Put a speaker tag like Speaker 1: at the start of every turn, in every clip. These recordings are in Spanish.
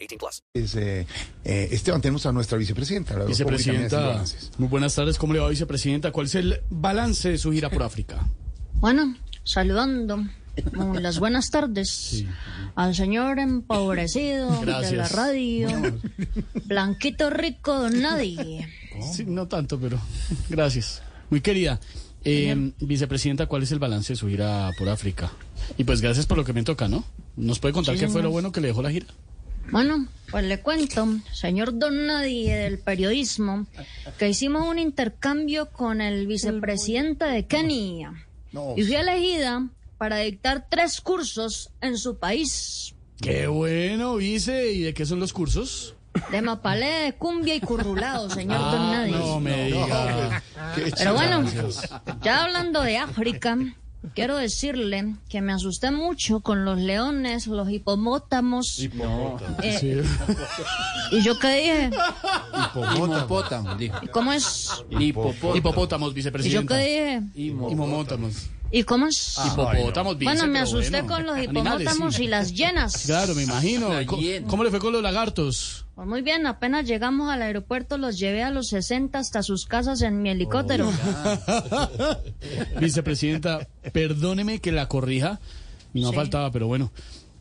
Speaker 1: 18 plus.
Speaker 2: Es, eh, eh, Esteban, tenemos a nuestra vicepresidenta. la República
Speaker 3: Vicepresidenta,
Speaker 2: Mesa Hernández.
Speaker 3: muy buenas tardes. ¿Cómo le va, vicepresidenta? ¿Cuál es el balance de su gira por África?
Speaker 4: Bueno, saludando. con Las buenas tardes al señor empobrecido de la
Speaker 3: Gracias.
Speaker 4: radio, Blanquito Rico, don Nadie.
Speaker 3: Sí, no tanto, pero gracias. Muy querida. Eh, vicepresidenta, ¿cuál es el balance de su gira por África? Y pues gracias por lo que me toca, ¿no? ¿Nos puede contar qué fue lo bueno que le dejó la gira?
Speaker 4: Bueno, pues le cuento, señor Don Nadie del periodismo, que hicimos un intercambio con el vicepresidente de Kenia y fui elegida para dictar tres cursos en su país
Speaker 3: Qué bueno, vice. ¿Y de qué son los cursos?
Speaker 4: de mapalé, cumbia y currulado, señor Don
Speaker 3: Ah,
Speaker 4: Nadie.
Speaker 3: no pues, me diga.
Speaker 4: Pero bueno, ya hablando de África, quiero decirle que me asusté mucho con los leones, los hipomótamos. eh,
Speaker 3: Sí.
Speaker 4: ¿Y yo qué dije?
Speaker 2: Hipopótamo.
Speaker 4: ¿Y cómo es?
Speaker 3: Hipopótamos,
Speaker 4: ¿Y yo qué
Speaker 3: vicepresidenta.
Speaker 4: dije?
Speaker 3: Hipopótamos.
Speaker 4: ¿Y cómo es?
Speaker 3: Hipopótamos, vice.
Speaker 4: Ah, bueno, me
Speaker 3: Ah, pero
Speaker 4: asusté
Speaker 3: bueno.
Speaker 4: con los
Speaker 3: Animales,
Speaker 4: hipomótamos
Speaker 3: sí.
Speaker 4: y las llenas.
Speaker 3: Claro, me imagino. ¿Cómo, cómo le fue con los lagartos?
Speaker 4: Pues muy bien, apenas llegamos al aeropuerto, los llevé a los 60 hasta sus casas en mi helicóptero.
Speaker 3: Vicepresidenta, perdóneme que la corrija. No
Speaker 4: Sí.
Speaker 3: faltaba, pero bueno.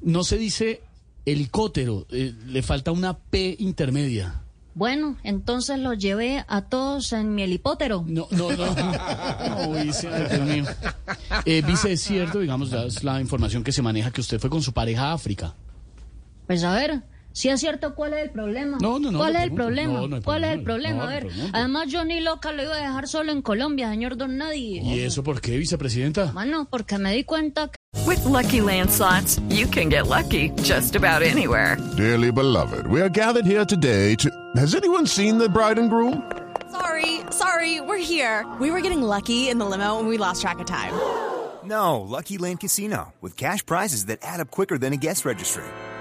Speaker 3: No se dice helicóptero, eh, le falta una P intermedia.
Speaker 4: Bueno, entonces los llevé a todos en mi helicóptero.
Speaker 3: No, no, no. No, vice, ay, Dios mío. Eh, vice, es cierto, digamos, ya es la información que se maneja que usted fue con su pareja a África.
Speaker 4: Pues a ver, si es cierto, ¿cuál es el problema?
Speaker 3: No, no, no,
Speaker 4: ¿Cuál
Speaker 3: le
Speaker 4: es el
Speaker 3: pregunto.
Speaker 4: problema?
Speaker 3: No, no hay
Speaker 4: ¿Cuál es el
Speaker 3: problema,
Speaker 4: problema?
Speaker 3: no,
Speaker 4: a ver,
Speaker 3: le pregunto.
Speaker 4: además yo ni loca lo iba a dejar solo en Colombia, señor Don Nadie.
Speaker 3: ¿Y eso por qué, vicepresidenta?
Speaker 4: Bueno, porque me di cuenta que
Speaker 5: With Lucky Land slots, you can get lucky just about anywhere.
Speaker 6: Dearly beloved, we are gathered here today to. Has anyone seen the bride and groom?
Speaker 7: Sorry, sorry, we're here. We were getting lucky in the limo and we lost track of time.
Speaker 8: No, Lucky Land Casino, with cash prizes that add up quicker than a guest registry.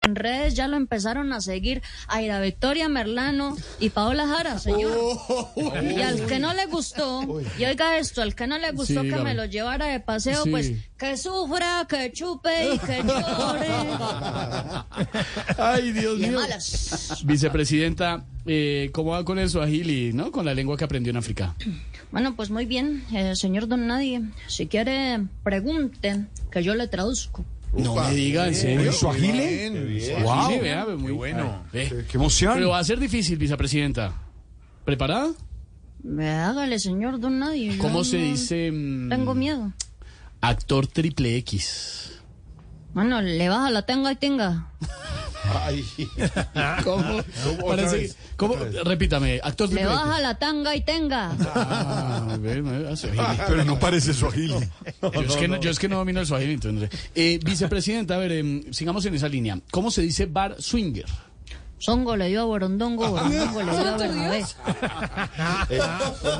Speaker 4: en redes ya lo empezaron a seguir Aira Victoria Merlano y Paola Jara, señor.
Speaker 3: Oh.
Speaker 4: Y al que no le gustó, y oiga esto, al que no le gustó que
Speaker 3: dígame.
Speaker 4: me lo llevara de paseo,
Speaker 3: Sí.
Speaker 4: pues que sufra, que chupe y que llore.
Speaker 3: Ay, Dios
Speaker 4: De
Speaker 3: mío.
Speaker 4: malas.
Speaker 3: Vicepresidenta, eh, ¿cómo va con el Swahili, no? Con la lengua que aprendió en África.
Speaker 4: Bueno, pues muy bien, eh, señor Don Nadie. Si quiere, pregunte, que yo le traduzco.
Speaker 3: No me diga, en serio. Wow, vea, ve, muy bueno. qué emoción. Pero va a ser difícil, vicepresidenta. ¿Preparada?
Speaker 4: Me Eh, hágale, señor Don Nadie. yo
Speaker 3: ¿Cómo se
Speaker 4: no
Speaker 3: dice? mm,
Speaker 4: Tengo miedo.
Speaker 3: Actor triple X.
Speaker 4: Bueno, le baja la tenga y tenga.
Speaker 3: ¿Cómo? Parece- ¿Cómo? Repítame, actor
Speaker 4: Le
Speaker 3: triple X.
Speaker 4: baja la tanga y tenga.
Speaker 3: Ah, ve, no era Swahili.
Speaker 2: Pero no parece su agil.
Speaker 3: yo, es que no, yo es que no domino el Swahili, entonces. Eh, vicepresidenta, a ver, em, sigamos en esa línea. ¿Cómo se dice bar swinger?
Speaker 4: Songo le dio a Borondongo,
Speaker 3: Ah,
Speaker 4: Borondongo le dio a Bernabé.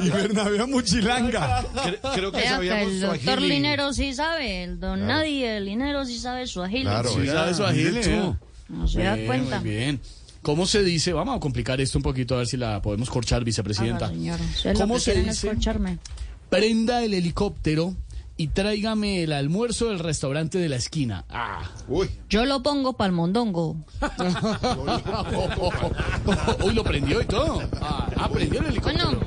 Speaker 2: Y Bernabé Muchilanga.
Speaker 9: Creo que
Speaker 4: Vea que
Speaker 9: sabíamos
Speaker 4: el doctor
Speaker 9: Swahili.
Speaker 4: Linero sí sabe, el Don Nadie, el Linero sí sabe su agil.
Speaker 2: Claro,
Speaker 3: Sí, sabe Swahili, ¿eh?
Speaker 4: No se da
Speaker 3: Bien,
Speaker 4: cuenta.
Speaker 3: Muy bien. ¿Cómo se dice? Vamos a complicar esto un poquito a ver si la podemos corchar, vicepresidenta.
Speaker 4: Haga, señor. Ustedes lo
Speaker 3: ¿Cómo
Speaker 4: que
Speaker 3: se
Speaker 4: quieren es
Speaker 3: dice?
Speaker 4: corcharme.
Speaker 3: Prenda el helicóptero y tráigame el almuerzo del restaurante de la esquina. Ah.
Speaker 4: Yo lo pongo pa'l mondongo.
Speaker 3: Uy, lo prendió y todo. Ah, ah, prendió el helicóptero.
Speaker 4: Bueno,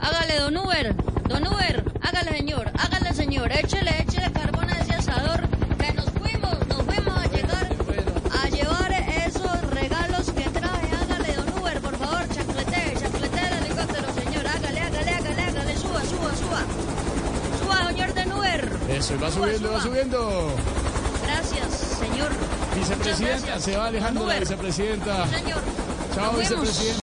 Speaker 4: hágale, don Uber. Don Uber, hágale, señor. Hágale, señor. Échele, échele carbón a ese asador. Que nos fuimos, nos fuimos a llegar a llevar esos regalos que traje. Hágale, don Uber, por favor, chacletee, chacletee el helicóptero, señor. Hágale, hágale, hágale, hágale. Suba, suba, suba. Suba, señor de Uber.
Speaker 3: Eso, y va
Speaker 4: Suba,
Speaker 3: subiendo, va
Speaker 4: suba.
Speaker 3: subiendo.
Speaker 4: Gracias, señor. Muchas
Speaker 3: Vicepresidenta,
Speaker 4: gracias.
Speaker 3: se va alejando
Speaker 4: Don
Speaker 3: la
Speaker 4: Uber.
Speaker 3: vicepresidenta.
Speaker 4: Señor.
Speaker 3: Chao,
Speaker 4: nos vemos.
Speaker 3: vicepresidenta.